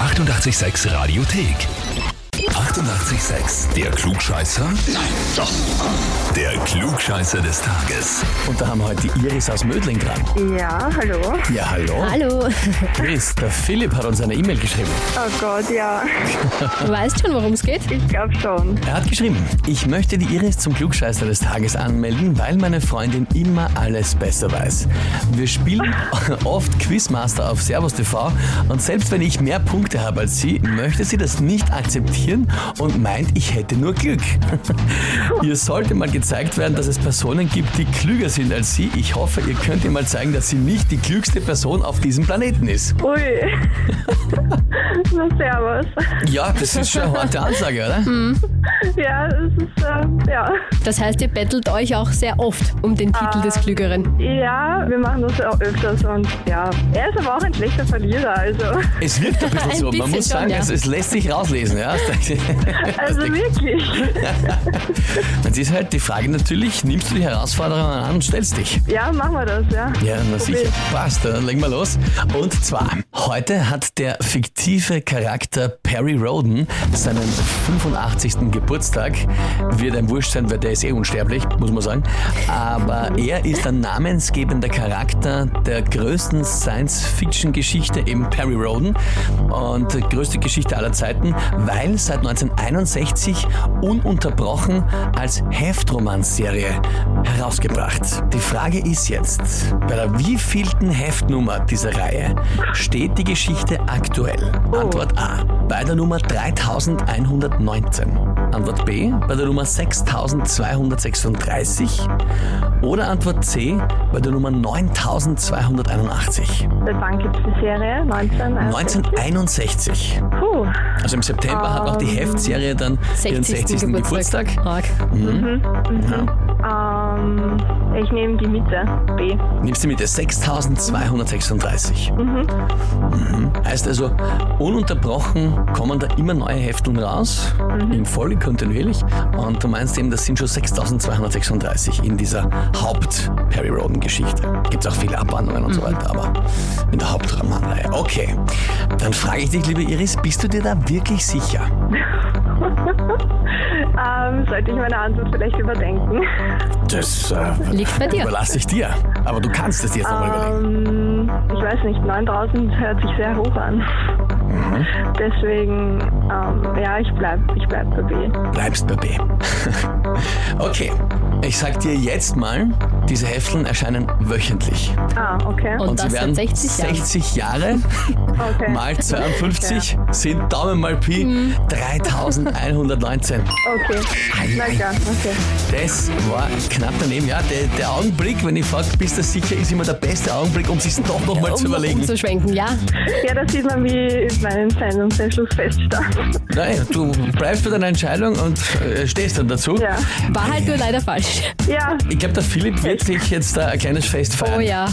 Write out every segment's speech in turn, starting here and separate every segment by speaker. Speaker 1: 886 Radiothek. 88,6. Der Klugscheißer? Nein, doch. Der Klugscheißer des Tages.
Speaker 2: Und da haben wir heute die Iris aus Mödling dran.
Speaker 3: Ja, hallo.
Speaker 2: Ja, hallo.
Speaker 4: Hallo,
Speaker 2: Chris, der Philipp hat uns eine E-Mail geschrieben.
Speaker 3: Oh Gott, ja.
Speaker 4: du weißt schon, worum es geht?
Speaker 3: Ich glaube schon.
Speaker 2: Er hat geschrieben, ich möchte die Iris zum Klugscheißer des Tages anmelden, weil meine Freundin immer alles besser weiß. Wir spielen oft Quizmaster auf Servus TV und selbst wenn ich mehr Punkte habe als sie, möchte sie das nicht akzeptieren und meint, ich hätte nur Glück. ihr sollte mal gezeigt werden, dass es Personen gibt, die klüger sind als sie. Ich hoffe, ihr könnt ihr mal zeigen, dass sie nicht die klügste Person auf diesem Planeten ist.
Speaker 3: Ui. Na, servus.
Speaker 2: Ja, das ist schon eine harte Ansage, oder?
Speaker 3: Ja, es ist, äh, ja.
Speaker 4: Das heißt, ihr bettelt euch auch sehr oft um den Titel des Klügeren.
Speaker 3: Ja, wir machen das auch öfters und ja. Er ist aber auch ein schlechter Verlierer, also.
Speaker 2: Es wirkt ein bisschen
Speaker 4: Ein
Speaker 2: so. Man
Speaker 4: bisschen
Speaker 2: muss sagen, also
Speaker 4: schon, ja.
Speaker 2: es, es lässt sich rauslesen. Ja?
Speaker 3: Also wirklich.
Speaker 2: Jetzt ist halt die Frage natürlich, nimmst du die Herausforderung an und stellst dich?
Speaker 3: Ja, machen wir das, ja.
Speaker 2: Ja, na sicher. Passt, dann legen wir los. Und zwar, heute hat der fiktive Charakter Perry Roden seinen 85. Geburtstag. Wird ein Wurscht sein, weil der ist eh unsterblich, muss man sagen. Aber er ist ein namensgebender Charakter der größten Science-Fiction-Geschichte, eben Perry Roden. Und größte Geschichte aller Zeiten, weil seit 1961 ununterbrochen als Heftromanserie herausgebracht. Die Frage ist jetzt, bei der wievielten Heftnummer dieser Reihe steht die Geschichte aktuell? Antwort A, bei der Nummer 3119. Antwort B, bei der Nummer 6236. Oder Antwort C, bei der Nummer 9281.
Speaker 3: Seit wann gibt es die Serie? 19?
Speaker 2: 1961.
Speaker 3: Puh.
Speaker 2: Also im September hat auch die Heftserie dann ihren
Speaker 4: 60.
Speaker 2: 60. Geburtstag.
Speaker 4: Arg.
Speaker 3: Ähm, ich nehme die Mitte. B.
Speaker 2: Nimmst du mit der 6236. Mhm. Heißt also, ununterbrochen kommen da immer neue Heftungen raus, in Folge kontinuierlich. Und du meinst eben, das sind schon 6236 in dieser Haupt-Perry Roden-Geschichte. Gibt es auch viele Abwandlungen und so weiter, aber in der Hauptromanreihe. Okay, dann frage ich dich, liebe Iris, bist du dir da wirklich sicher?
Speaker 3: Ähm, sollte ich meine Antwort vielleicht überdenken?
Speaker 2: Das äh,
Speaker 4: Liegt bei dir.
Speaker 2: überlasse ich dir. Aber du kannst es dir jetzt nochmal überlegen.
Speaker 3: Ähm, ich weiß nicht, 9000 hört sich sehr hoch an. Deswegen, ähm, ja, ich bleib, ich bleib bei B.
Speaker 2: bleibst bei B. okay, ich sag dir jetzt mal, diese Hefteln erscheinen wöchentlich.
Speaker 3: Ah, okay.
Speaker 4: Und, das
Speaker 2: sie
Speaker 4: seit
Speaker 2: werden
Speaker 4: 60 Jahren.
Speaker 2: 60 Jahre
Speaker 3: okay.
Speaker 2: mal 52 sind Daumen mal Pi
Speaker 4: Mhm.
Speaker 2: 3119.
Speaker 3: Okay. Na klar, okay.
Speaker 2: Das war knapp daneben. Ja, der, der Augenblick, wenn ich frage, bist du sicher, ist immer der beste Augenblick, um sich doch nochmal
Speaker 4: Um
Speaker 2: zu überlegen.
Speaker 4: umzuschwenken, ja.
Speaker 3: Ja, da sieht man, wie meinen Sendungsentschluss feststand.
Speaker 2: Nein, du bleibst bei deiner Entscheidung und äh, stehst dann dazu.
Speaker 3: Ja.
Speaker 4: War halt nur leider falsch.
Speaker 3: Ja,
Speaker 2: Ich glaube, der Philipp wird sich jetzt da ein kleines Fest feiern.
Speaker 4: Oh ja,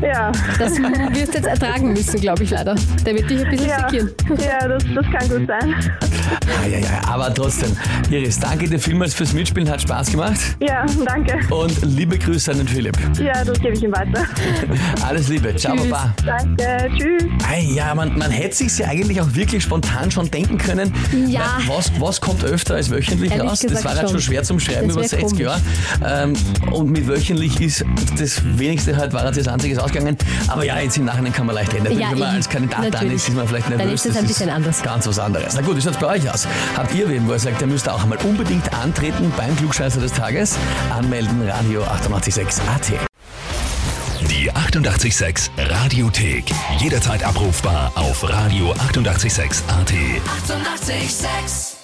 Speaker 3: ja.
Speaker 4: das wirst du jetzt ertragen müssen, glaube ich leider. Der wird dich ein bisschen
Speaker 3: Ja,
Speaker 4: sekieren.
Speaker 3: ja das, das kann gut sein.
Speaker 2: Ah, ja, ja, aber trotzdem. Iris, danke dir vielmals fürs Mitspielen, hat Spaß gemacht.
Speaker 3: Ja, danke.
Speaker 2: Und liebe Grüße an den Philipp.
Speaker 3: Ja, das gebe ich ihm weiter.
Speaker 2: Alles Liebe. Ciao,
Speaker 4: Tschüss.
Speaker 2: Baba.
Speaker 3: Danke, tschüss.
Speaker 2: Ei, ja, man, man hätte sich ja eigentlich auch wirklich spontan schon denken können.
Speaker 4: Ja.
Speaker 2: weil Was, was kommt öfter als wöchentlich
Speaker 4: Ehrlich
Speaker 2: raus? Das
Speaker 4: gesagt
Speaker 2: war halt
Speaker 4: schon.
Speaker 2: schon schwer zum Schreiben
Speaker 4: Das
Speaker 2: über
Speaker 4: wär
Speaker 2: 60 Jahre. Ähm, und mit wöchentlich ist das wenigste halt, war halt das einziges ausgegangen. Aber ja, jetzt im Nachhinein kann man leicht ändern.
Speaker 4: Ja,
Speaker 2: wenn man
Speaker 4: eh.
Speaker 2: als Kandidat dann
Speaker 4: Natürlich.
Speaker 2: ist, ist man vielleicht
Speaker 4: Dann
Speaker 2: nervös.
Speaker 4: ist das ein bisschen anders.
Speaker 2: Ganz was anderes. Na gut, wie schaut's bei euch aus? Habt ihr wen, wo ihr sagt, ihr müsst auch einmal unbedingt antreten beim Klugscheißer des Tages? Anmelden, Radio 886 AT.
Speaker 1: Die 88,6 Radiothek. Jederzeit abrufbar auf radio886.at. 88,6.
Speaker 5: Eighty-eight, sex.